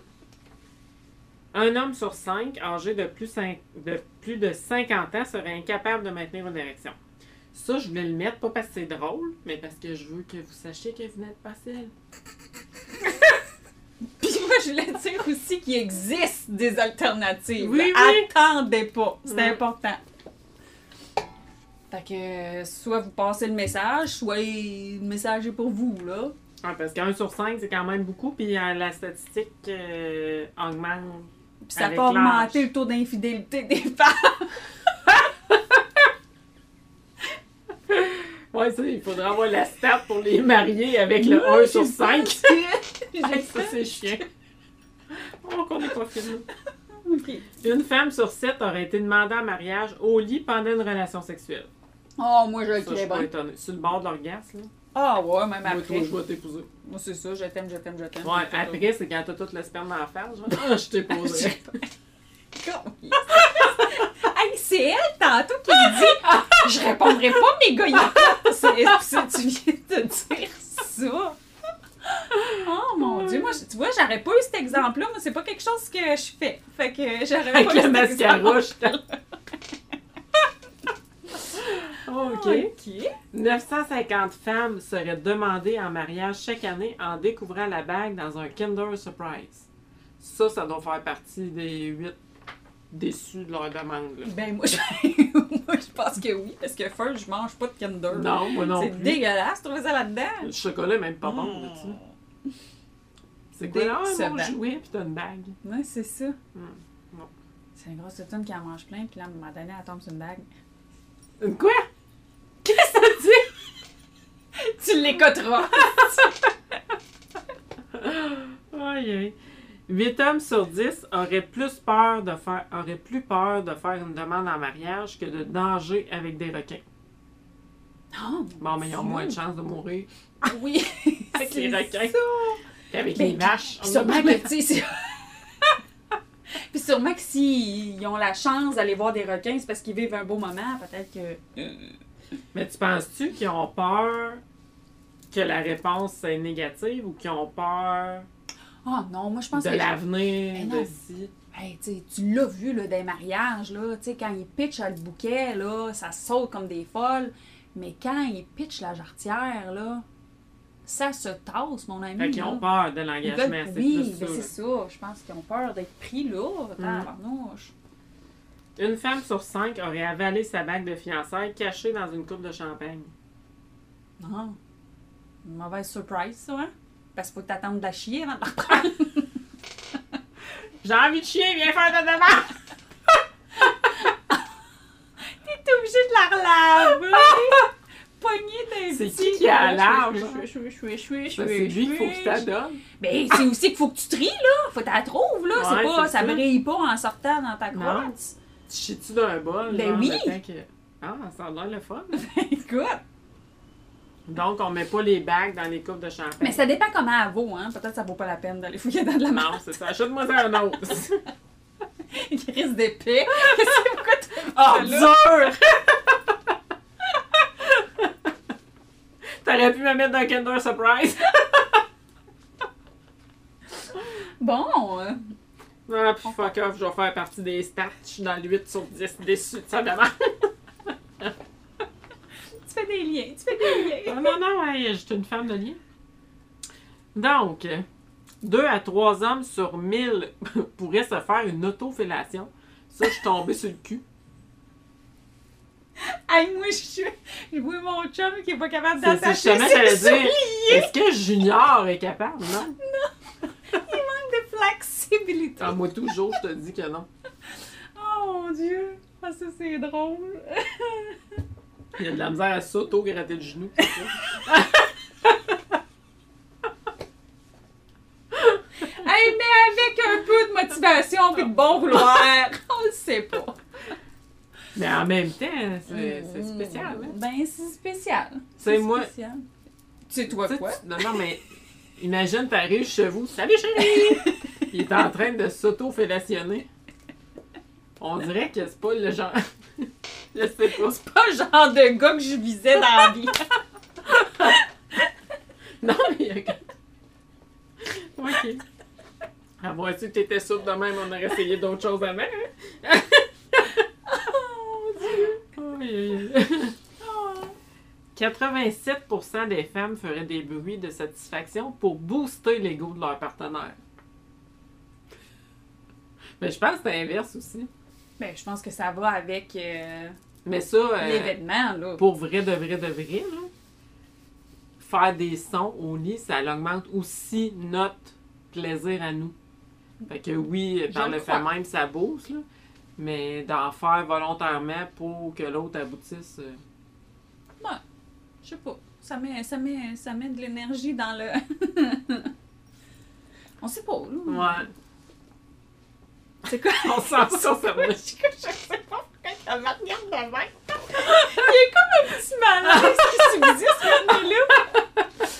A: Un homme sur cinq âgé de plus, cin- de plus de 50 ans serait incapable de maintenir une érection. Ça, je voulais le mettre, pas parce que c'est drôle, mais parce que je veux que vous sachiez que vous n'êtes pas seul.
B: Puis moi, je voulais dire aussi qu'il existe des alternatives.
A: Oui, oui.
B: Attendez pas. C'est
A: Mm.
B: important. Fait que, euh, soit vous passez le message, soit le message est pour vous, là.
A: Ah, parce qu'un sur cinq, c'est quand même beaucoup, puis euh, la statistique euh, augmente.
B: Puis ça
A: Avec
B: peut augmenter
A: l'âge.
B: le taux d'infidélité des femmes.
A: Ouais, ça, il faudra avoir la stat pour les marier avec le 1 sur 5. Hey, ça, c'est chiant. Oh, qu'on est pas fini. Une femme sur sept aurait été demandée en mariage au lit pendant une relation sexuelle.
B: Oh, moi, je le
A: Ça, je suis
B: crée
A: pas
B: bon.
A: étonnée. Sur le bord de l'orgasme, là.
B: Ah, ouais,
A: Moi,
B: même
A: toi,
B: après.
A: je vais t'épouser.
B: Moi, c'est ça, je t'aime, je t'aime, je t'aime.
A: Ouais, après, c'est quand t'as tout le sperme dans la face, genre, Ah, je t'épouserai.
B: hey, c'est elle, tantôt, qui me dit ah, Je répondrai pas, mais gars, il y a pas. C'est- c'est- Tu viens de dire ça. Oh mon dieu, moi, je- tu vois, j'aurais pas eu cet exemple-là. Moi, c'est pas quelque chose que je fais. Fait que j'aurais pas
A: Avec
B: eu
A: le
B: cet exemple.
A: mascara, je t'en- OK.
B: OK.
A: 950 femmes seraient demandées en mariage chaque année en découvrant la bague dans un Kinder Surprise. Ça, ça doit faire partie des 8 déçus de leur demande. là.
B: Ben moi je... moi, je pense que oui, parce que first, je mange pas de Kinder.
A: Non, moi non
B: C'est
A: plus.
B: dégueulasse, trouver ça là-dedans. Oh.
A: Le chocolat est même pas bon là-dessus. Ah. C'est quoi
B: Dès
A: là?
B: que
A: Ah,
B: ça
A: mon
B: bat.
A: jouet, puis t'as une bague.
B: Ouais, c'est ça.
A: Mm, bon.
B: C'est une grosse automne qui en mange plein, puis là, à un moment donné, elle tombe sur une bague.
A: Une quoi?
B: Qu'est-ce que ça dit? tu l'écouteras.
A: Aïe, aïe. 8 hommes sur 10 auraient plus peur de faire auraient plus peur de faire une demande en mariage que de nager avec des requins.
B: Non.
A: Bon, mais ils ont
B: Oh, Dieu.
A: moins de chances de mourir
B: Oui.
A: avec les
B: C'est
A: requins. Puis Avec
B: Mais
A: les vaches.
B: Puis sûrement que, tu sais, c'est- Puis sûrement que s'ils ont la chance d'aller voir des requins, c'est parce qu'ils vivent un beau moment, peut-être que... euh,
A: Mais tu penses-tu qu'ils ont peur que la réponse soit négative ou qu'ils ont peur
B: Ah non, moi, je pense
A: de
B: que... Mais
A: l'avenir,
B: non.
A: de ben, si?
B: Hey, tu sais, tu l'as vu là, des mariages, là, tu sais, quand ils pitchent à le bouquet, là, ça saute comme des folles. Mais quand ils pitchent la jarretière, là, ça se tasse, mon ami.
A: Fait qu'ils
B: là.
A: ont peur de
B: Ils
A: l'engagement,
B: veulent-
A: c'est
B: Oui,
A: plus ça.
B: ben c'est
A: là.
B: ça. Je pense qu'ils ont peur d'être pris là.
A: Mm.
B: Attends, barnouche.
A: Une femme sur cinq aurait avalé sa bague de fiançailles cachée dans une coupe de champagne.
B: Non. Une mauvaise surprise, ça, hein? Parce qu'il faut que t'attendes de la chier avant de la reprendre.
A: J'ai envie de chier, viens faire ta demande!
B: T'es obligé de la relaver! Poignée d'un
A: C'est
B: petit-
A: qui qui a l'arbre?
B: Choué, choué, choué, choué,
A: Ça,
B: choué,
A: C'est lui qu'il faut
B: choué,
A: que tu t'adonnes.
B: Ben, c'est aussi qu'il faut que tu tries, là. Faut que tu la trouves, là. c'est
A: Ouais,
B: pas,
A: c'est
B: ça
A: ça.
B: brille pas en sortant dans ta
A: Non.
B: grotte.
A: Tu chies-tu d'un bol?
B: Ben
A: genre,
B: oui.
A: le temps que- Ah, ça a l'air le fun. Ben.
B: Écoute.
A: Donc, on met pas les bagues dans les coupes de champagne.
B: Mais ça dépend comment elle vaut, hein. Peut-être que ça vaut pas la peine d'aller fouiller dans de la
A: Non,
B: marde.
A: c'est ça. Achète-moi ça un autre.
B: Grise d'épée. Qu'est-ce que pourquoi t'as
A: Oh,
B: fait ça, là?
A: dur! T'aurais pu me mettre dans Kinder Surprise.
B: Bon. euh,
A: Ah, puis fuck off, je vais faire partie des stats. Je suis dans le 8 sur 10 déçu de sa demande.
B: Tu fais des liens. Tu fais des
A: Non,
B: liens.
A: Ah, non, non, ouais, je suis une femme de lien. Donc, 2 à 3 hommes sur 1000 pourraient se faire une autofellation. Ça, je suis tombée sur le cul.
B: Hey, moi, je suis. Oui, mon chum qui est pas capable
A: C'est c'est
B: d'attacher
A: justement, t'allais
B: ses
A: dire,
B: souliers.
A: est-ce que Junior est capable, non?
B: Il manque de flexibilité.
A: Ah, moi, toujours, je te dis que non.
B: Oh mon dieu. Ah, ça, c'est drôle.
A: Il y a de la misère à s'auto-gratter le genou.
B: motivation puis de bon vouloir. On le sait pas.
A: Mais en même temps, c'est c'est spécial. hein.
B: Ben, c'est spécial.
A: C'est moi-
B: spécial. Tu sais, toi,
A: Tu sais,
B: quoi?
A: tu- Non, non, mais imagine, t'arrives chez vous. Salut, chérie! Il est en train de s'auto-fellationner. On dirait que c'est pas le genre. Je sais pas.
B: C'est pas le genre de gars que je visais dans la vie.
A: Non, mais il y a. Ok. Ah, vois-tu que t'étais souple de même, on aurait essayé d'autres choses avant, hein?
B: Oh, mon Dieu.
A: Aïe, aïe, aïe. 87% des femmes feraient des bruits de satisfaction pour booster l'ego de leur partenaire. Mais je pense que c'est inverse aussi.
B: Ben, je pense que ça va avec euh,
A: Mais ça, euh,
B: les vêtements, là.
A: pour vrai, de vrai, de vrai, là, faire des sons au lit, ça augmente aussi notre plaisir à nous. Fait que oui,
B: Je
A: par
B: le
A: le
B: crois.
A: fait même, ça booste, là, mais d'en faire volontairement pour que l'autre aboutisse. euh,
B: Je sais pas. Ça met, ça met, ça met de l'énergie dans le... On sait pas, là.
A: Ouais.
B: C'est quoi?
A: On s'en concerné.
B: La manière de Il est comme un petit malaise qui subsiste, ce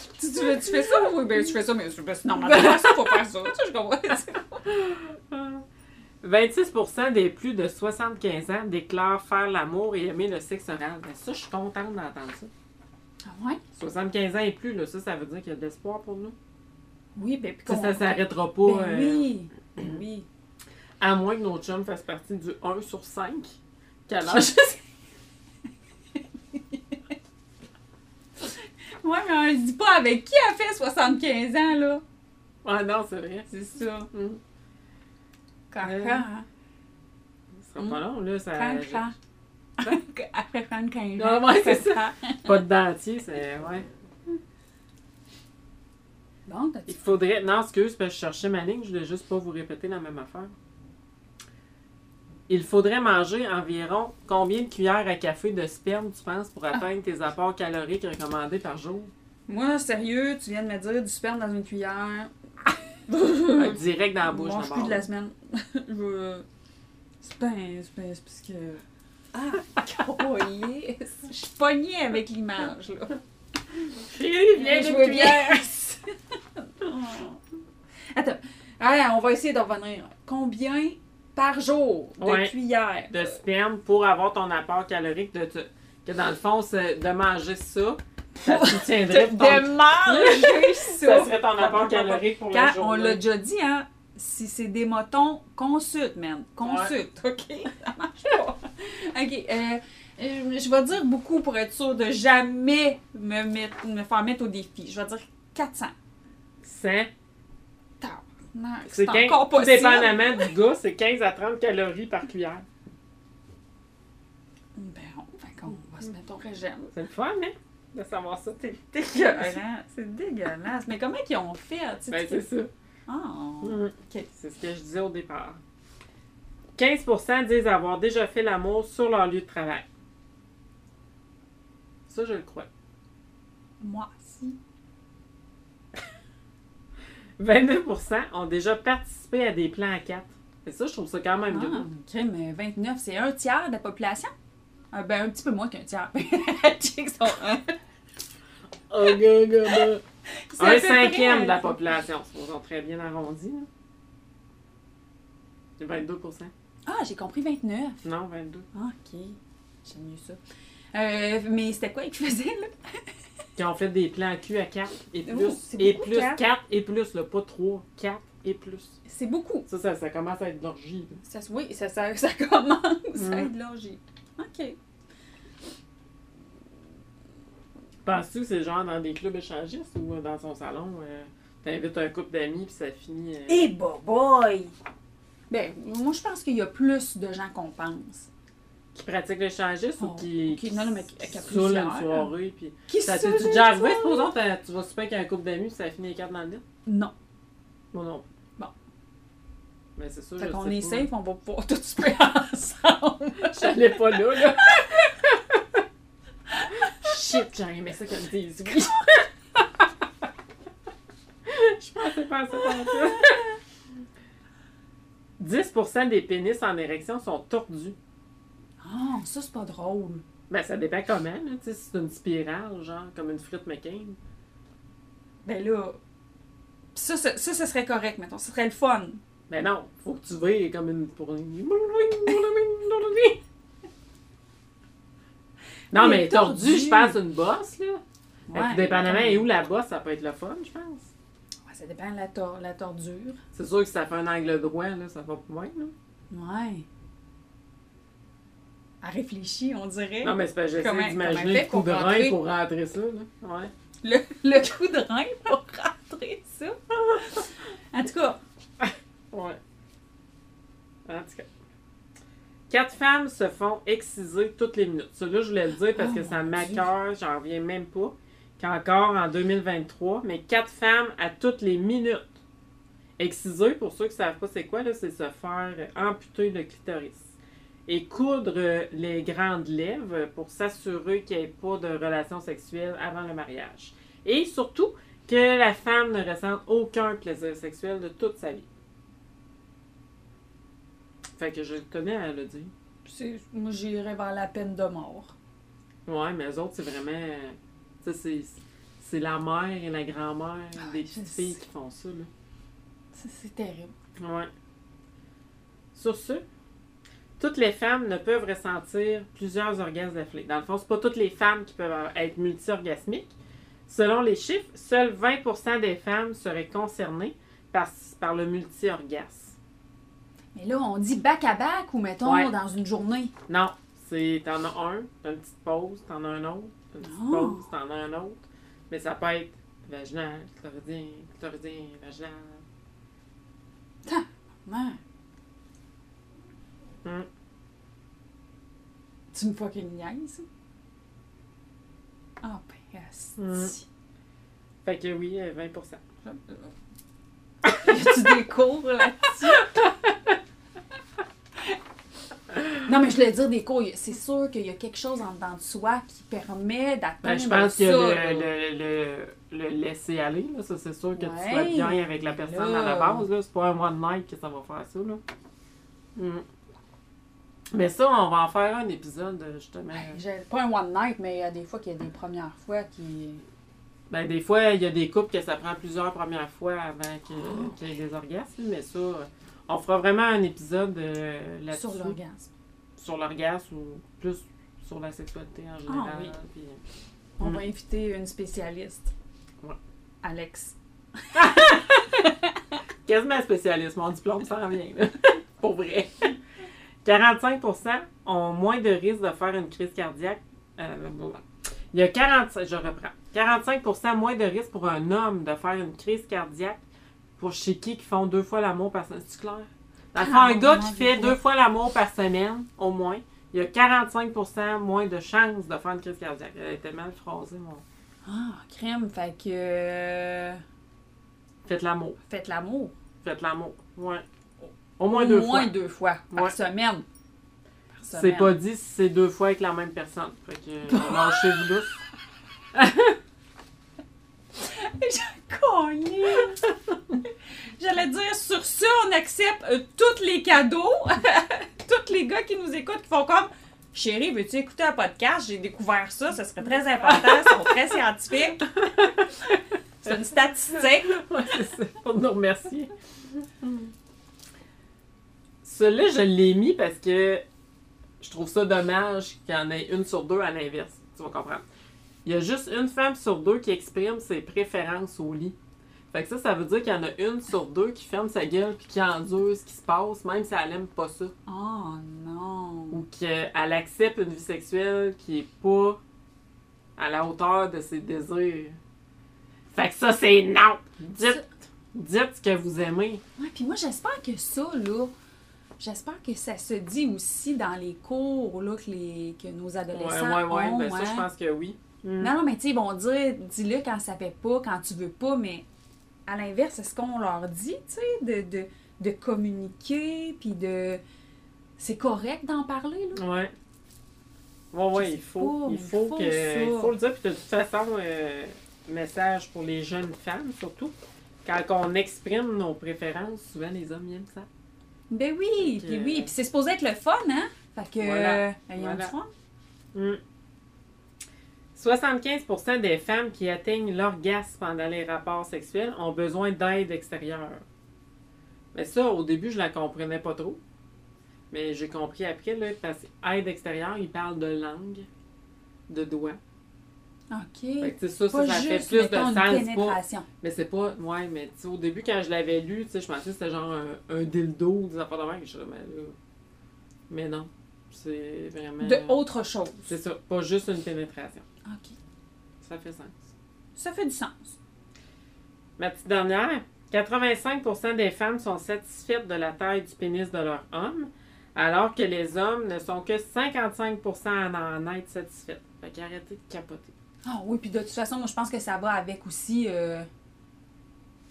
B: là Tu, tu, fais- tu fais ça? Oui, ben, tu fais ça, mais c'est normalement, ça, faut faire ça. Tu sais, je comprends.
A: 26% des plus de 75 ans déclarent faire l'amour et aimer le sexe oral. Ben ça, je suis contente d'entendre ça.
B: Ah ouais?
A: 75 ans et plus, là, ça, ça veut dire qu'il y a de l'espoir pour nous.
B: Oui, ben, puis
A: Ça,
B: qu'on-
A: ça s'arrêtera pas.
B: Ben
A: euh,
B: oui, Ben oui.
A: À moins que notre chum fasse partie du 1 sur 5. Qu'à
B: Je
A: l'âge.
B: sais. ouais, mais on se dit pas avec qui a fait 75 ans, là.
A: Ah non, c'est vrai.
B: C'est ça.
A: Hum. Euh,
B: Caca.
A: Ce sera
B: Mm.
A: pas long, là. Ça...
B: Caca. Après 35 ans.
A: Ah ben, ouais, c'est
B: ça.
A: Pas de dentier, c'est. Ouais.
B: Bon, t'as
A: Il
B: dit.
A: faudrait. Non, excuse, parce que je cherchais ma ligne, je voulais juste pas vous répéter la même affaire. Il faudrait manger environ combien de cuillères à café de sperme, tu penses,
B: Ah.
A: pour atteindre tes apports caloriques recommandés par jour?
B: Moi, sérieux, tu viens de me dire du sperme dans une cuillère.
A: Euh, direct dans la bouche,
B: Hmm. mange plus
A: d'abord.
B: de la semaine. Je- C'est pas, c'est pas, c'est parce que. Ah, voyez, je suis pognée avec l'image, là.
A: Chérie, viens,
B: Bien
A: j'ai
B: joué,
A: une cuillère.
B: bien. Attends. Allez, on va essayer d'en revenir. Combien par jour de
A: Ouais.
B: cuillères?
A: de sperme pour avoir ton apport calorique de te- que dans le fond c'est de manger ça ça soutiendrait
B: De,
A: ton,
B: de manger
A: ça
B: ça.
A: serait ton apport calorique pour la
B: Quand on
A: journée
B: l'a déjà dit, hein, si c'est des motons, consulte, man. Consulte, OK? Ça marche pas. OK. euh, euh, je vais dire beaucoup pour être sûre de jamais me, mettre, me faire mettre au défi. Je vais dire 400.
A: Cent.
B: Tard. Non,
A: c'est
B: C'est
A: quin-
B: encore
A: tout
B: possible.
A: dépendamment du gars c'est 15 à 30 calories par cuillère
B: Ben, on, fait qu'on va se
A: Mm.
B: mettre au régime.
A: c'est le fun hein de savoir ça t'es
B: Dégueulasse. C'est dégueulasse. Mais comment qu'ils ont fait? tu sais,
A: ben
B: tu-
A: c'est ça
B: Ah,
A: Mhm.
B: OK.
A: c'est ce que je disais au départ 15% disent avoir déjà fait l'amour sur leur lieu de travail ça je le crois
B: Moi, si.
A: 22% ont déjà participé à des plans à 4. Et ça, je trouve ça quand même
B: Ah,
A: gros.
B: ok, mais 29, c'est un tiers de la population? Ah, ben, un petit peu moins qu'un tiers. Check son-
A: Ah,
B: C'est à
A: Un
B: peu près-
A: cinquième de la population, supposons très bien arrondi. là. C'est 22%.
B: Ah, j'ai compris 29.
A: Non, 22.
B: Ah, OK. J'aime mieux ça. Euh, mais c'était quoi qu'ils faisaient, là?
A: Qui ont fait des plans cul à 4 et plus.
B: Ouh, c'est
A: et
B: beaucoup,
A: plus
B: quatre.
A: 4 et plus, là, pas 3, 4 et plus.
B: C'est beaucoup.
A: Ça, ça, ça commence à être d'orgie.
B: Ça, se- oui, ça, ça, ça commence
A: Mm.
B: à être logé. OK.
A: Penses-tu que c'est genre dans des clubs échangistes ou euh, dans son salon, euh, t'invites un couple d'amis puis ça finit. euh,
B: Et boy! Ben, moi, je pense qu'il y a plus de gens qu'on pense.
A: qui pratique l'échangiste ou
B: Oh,
A: qui,
B: qui- non, non, mais qui-
A: qui
B: qui a
A: saoule
B: plusieurs, hein.
A: une soirée. Puis,
B: Qui
A: ça
B: se
A: t'est
B: le
A: déjà arrivé,
B: dit?
A: supposons, t'as- tu vas super avec un couple d'amis puis ça finit les cartes dans le lit?
B: Non.
A: Bon, non.
B: Bon.
A: Mais c'est sûr,
B: Fait
A: je
B: qu'on
A: sais
B: est
A: pas.
B: safe, on va pouvoir tout super ensemble.
A: J'allais pas là, là. Shit, j'aurais aimé ça comme des oui. Je pensais pas à ça comme ça. 10 des pénis en érection sont tordus.
B: Ah, ça, c'est pas drôle.
A: Ben, ça dépend comment, là. Tu sais, si c'est une spirale, genre, comme une frite McCain.
B: Ben là, pis ça, ça, ça, ça serait correct, mettons. Ce serait le fun.
A: Ben non, faut que tu veilles comme une. pour une- Non,
B: Il
A: mais
B: est
A: tordu,
B: tordu.
A: je pense, une bosse, là. Fait que
B: Ouais,
A: dépendamment,
B: mettons.
A: et où la bosse, ça peut être le fun, je pense.
B: Ouais, ça dépend de la, tor- la tordure.
A: C'est sûr que si ça fait un angle droit, là, ça va plus loin, là.
B: Ouais. Elle réfléchit, on dirait.
A: Non, mais c'est pas
B: Comment-
A: j'essaie
B: comment
A: d'imaginer
B: fait
A: le coup de
B: pour
A: rein
B: rentrer?
A: pour rentrer ça, là. Ouais.
B: Le, le coup de rein pour rentrer ça. En tout cas,
A: Ouais. En tout cas. Quatre femmes se font exciser toutes les minutes. Ça, là, je voulais le dire parce
B: Oh,
A: que ça
B: mon
A: m'accoeur, j'en reviens même pas, qu'encore en 2023, mais quatre femmes à toutes les minutes. Exciser, pour ceux qui savent pas c'est quoi, là, c'est se faire euh, amputer le clitoris. Et coudre euh, les grandes lèvres pour s'assurer qu'il n'y ait pas de relation sexuelle avant le mariage. Et surtout, que la femme ne ressente aucun plaisir sexuel de toute sa vie. Fait que je tenais à le dire.
B: c'est- moi, j'irais vers la peine de mort.
A: Ouais, mais eux autres, c'est vraiment. euh, Tu sais, c'est- c'est la mère et la grand-mère
B: Ah,
A: des
B: je
A: petites
B: sais.
A: filles qui font ça, là.
B: Ça, C'est terrible.
A: Ouais. Sur ce, toutes les femmes ne peuvent ressentir plusieurs orgasmes d'affilée. Dans le fond, c'est pas toutes les femmes qui peuvent avoir- être multi-orgasmiques. Selon les chiffres, seuls 20 des femmes seraient concernées par, par le multi-orgasme.
B: Mais là, on dit bac à bac ou mettons
A: Ouais.
B: dans une journée.
A: Non, c'est t'en as un, t'as une petite pause, t'en as un autre, t'as une petite
B: Oh.
A: pause, t'en as un autre. Mais ça peut être vaginal, chloridien, chloridien, vaginal.
B: Ouais.
A: Hum.
B: Tu me fucking niaises? hein? Ah, ben, asti.
A: Fait que oui, euh, 20
B: Y a-tu des cours là-dessus? non, mais je voulais dire des cours. y a- C'est sûr qu'il y a quelque chose en dedans de soi qui permet d'atteindre
A: Ben, je pense
B: ça.
A: que
B: là.
A: le, le, le, le laisser aller, là, ça c'est sûr que tu sois
B: Ouais.
A: bien avec la personne à la
B: Là.
A: base. là. C'est pas un one night que ça va faire ça. Là.
B: Mm.
A: Hum. Mais ça, on va en faire un épisode justement.
B: Ben, j'ai- Pas un one night, mais il y a des fois qu'il y a des premières fois qui.
A: Ben, des fois, il y a des couples que ça prend plusieurs premières fois avant que-
B: Oh.
A: qu'il y ait des orgasmes, mais ça, euh, on fera vraiment un épisode euh, là-dessus.
B: sur l'orgasme.
A: Sur l'orgasme ou plus sur la sexualité en général.
B: Ah, oui.
A: puis-
B: On
A: Mm.
B: va inviter une spécialiste.
A: Ouais.
B: Alex.
A: Quasiment spécialiste, mon diplôme s'en vient, là. pour vrai. 45 ont moins de risque de faire une crise cardiaque. euh, il y a 45, je reprends. 45 moins de risque pour un homme de faire une crise cardiaque pour chez qui qui font deux fois l'amour par semaine. C'est clair? Dans le fond,
B: Ah,
A: un gars
B: non,
A: qui
B: des
A: fait
B: fois.
A: deux fois l'amour par semaine, au moins, il y a 45 moins de chances de faire une crise cardiaque. Elle était mal phrasée, mon.
B: Ah, crème, fait que. euh,
A: Faites l'amour.
B: Faites l'amour.
A: Faites l'amour. Ouais. Au moins deux fois.
B: deux fois par
A: Ouais.
B: semaine. Par
A: C'est
B: semaine.
A: pas dit si c'est deux fois avec la même personne. Fait que euh, lâchez-vous là.
B: J'ai cogné. J'allais dire, sur ça, on accepte euh, tous les cadeaux. tous les gars qui nous écoutent qui font comme Chérie, veux-tu écouter un podcast J'ai découvert ça, ce serait très important, c'est très scientifique. c'est une statistique.
A: Ouais, c'est ça, pour nous remercier. Celui-là, je l'ai mis parce que je trouve ça dommage qu'il y en ait une sur deux à l'inverse. Tu vas comprendre. Il y a juste une femme sur deux qui exprime ses préférences au lit. Fait que ça, ça veut dire qu'il y en a une sur deux qui ferme sa gueule puis qui endure ce qui se passe, même si elle aime pas ça.
B: Oh non.
A: ou qu'elle accepte une vie sexuelle qui est pas à la hauteur de ses désirs. Fait que ça, c'est non! Dites, dites ce que vous aimez.
B: Ouais, puis moi, j'espère que ça, là. J'espère que ça se dit aussi dans les cours là, que, les, que nos
A: Ouais, ouais,
B: adolescents
A: ouais.
B: ont.
A: Ben, ça,
B: hein.
A: je pense que oui. Mm.
B: Non, non, mais tu sais, ils vont dire, dis-le quand ça fait pas, quand tu veux pas, mais à l'inverse, c'est ce qu'on leur dit, tu sais, de, de, de communiquer, puis de. C'est correct d'en parler, là.
A: Ouais. Ouais,
B: Je
A: ouais,
B: sais
A: il faut,
B: pas,
A: il faut,
B: il faut
A: que,
B: ça.
A: il faut le dire. Puis de toute façon, euh, message pour les jeunes femmes, surtout. Quand on exprime nos préférences, souvent les hommes ils aiment ça.
B: Ben oui,
A: Fait que-
B: puis oui. Puis c'est supposé être le fun, hein? Fait que.
A: Voilà.
B: euh, ayons
A: Voilà.
B: du fun.
A: Mm. 75 des femmes qui atteignent l'orgasme pendant les rapports sexuels ont besoin d'aide extérieure. Mais ça, au début, je la comprenais pas trop. Mais j'ai compris après, là, parce qu'aide extérieure, ils parlent de langue, de doigts. Fait
B: OK.
A: que, tu sais, ça, ça,
B: Pas
A: ça fait
B: juste
A: plus de
B: mettons,
A: sens.
B: une
A: c'est Pas,
B: pénétration.
A: mais c'est pas. Ouais, mais tu sais, au début, quand je l'avais lu, tu sais, je pensais que c'était genre un, un dildo ou des affaires de même. Je disais, mais là. Mais non. C'est vraiment.
B: De autre chose.
A: C'est ça. Pas juste une pénétration.
B: OK.
A: Ça fait sens.
B: Ça fait du sens.
A: Ma petite dernière, 85 des femmes sont satisfaites de la taille du pénis de leur homme, alors que les hommes ne sont que 55 à en être satisfaits. Fait qu'arrêtez de capoter.
B: Ah oui, puis de toute façon, moi, je pense que ça va avec aussi euh,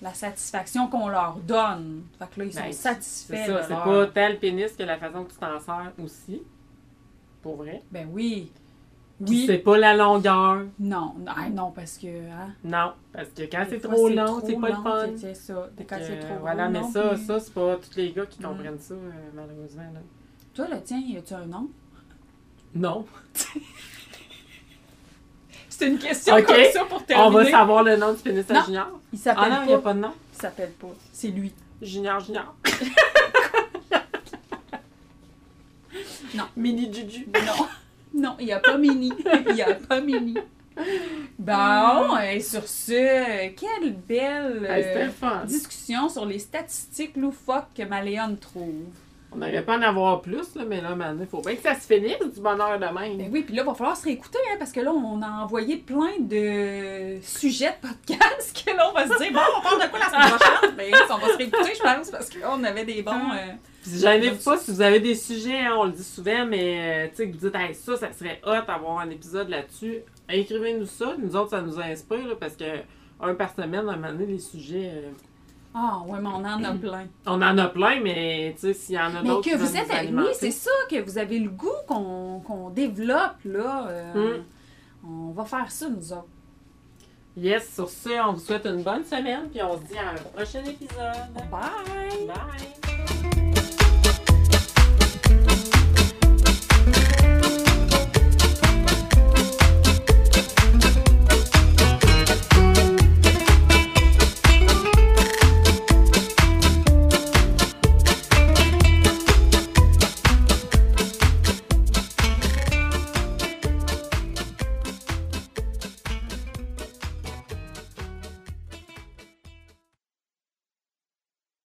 B: la satisfaction qu'on leur donne. Fait que là, ils sont
A: Ben, C'est
B: satisfaits.
A: ça,
B: de
A: c'est
B: leur-
A: pas tant le pénis que la façon que tu t'en sers aussi. Pour vrai.
B: Ben oui.
A: Puis
B: Oui.
A: c'est pas la longueur.
B: Non, non, ah, non, parce que. hein,
A: Non, parce que quand
B: des
A: c'est
B: fois,
A: trop long, c'est
B: trop
A: pas le
B: long,
A: fun.
B: c'est- C'est ça. Des fois,
A: Fait
B: c'est
A: que,
B: trop
A: voilà,
B: long,
A: mais
B: non,
A: ça,
B: puis-
A: ça, c'est pas tous les gars qui
B: Mm.
A: comprennent ça, euh, malheureusement. là.
B: Toi, le tien, y a-tu un nom?
A: Non.
B: C'est une question
A: Ok.
B: comme ça
A: On
B: pour
A: va
B: terminer.
A: savoir le nom du pénis à
B: Non.
A: Junior.
B: il
A: Ah
B: s'appelle
A: non, il n'y a
B: pas.
A: pas de nom.
B: Il s'appelle pas. C'est lui.
A: Junior, Junior.
B: Non.
A: Mini Juju.
B: Non. Non, il n'y a pas Mini. Il n'y a pas Mini. Bon, et sur ce, quelle
A: Hey,
B: belle
A: Ah. C'était
B: euh,
A: le fun.
B: discussion sur les statistiques loufoques que Maléone trouve.
A: On n'aurait pas en avoir plus, là, mais là, maintenant, il faut bien que ça se finisse du bonheur de
B: Ben
A: même.
B: oui, puis là, il va falloir se réécouter, hein, parce que là, on a envoyé plein de sujets de podcast que là, on va se dire, bon, on parle de quoi la semaine prochaine? Ben, on va se réécouter, je pense, parce qu'on avait des bons... euh,
A: Puis gênez-vous pas si vous avez des sujets, hein, on le dit souvent, mais euh, tu sais, que vous dites, Hey, ça, ça serait hot avoir un épisode là-dessus. Écrivez-nous ça. Nous autres, ça nous inspire, là, parce que un par semaine, à un moment donné, les sujets. euh,
B: Ah, ouais, mais on en a plein.
A: on en a plein, mais tu sais, s'il y en a
B: Mais
A: d'autres. qui
B: que vous
A: veulent nous
B: êtes, oui,
A: alimenter.
B: c'est ça, que vous avez le goût qu'on qu'on développe, là. euh, On va faire ça, nous autres.
A: Yes, sur ce, on vous souhaite une bonne semaine, puis on se dit à un prochain épisode.
B: Bye!
A: Bye!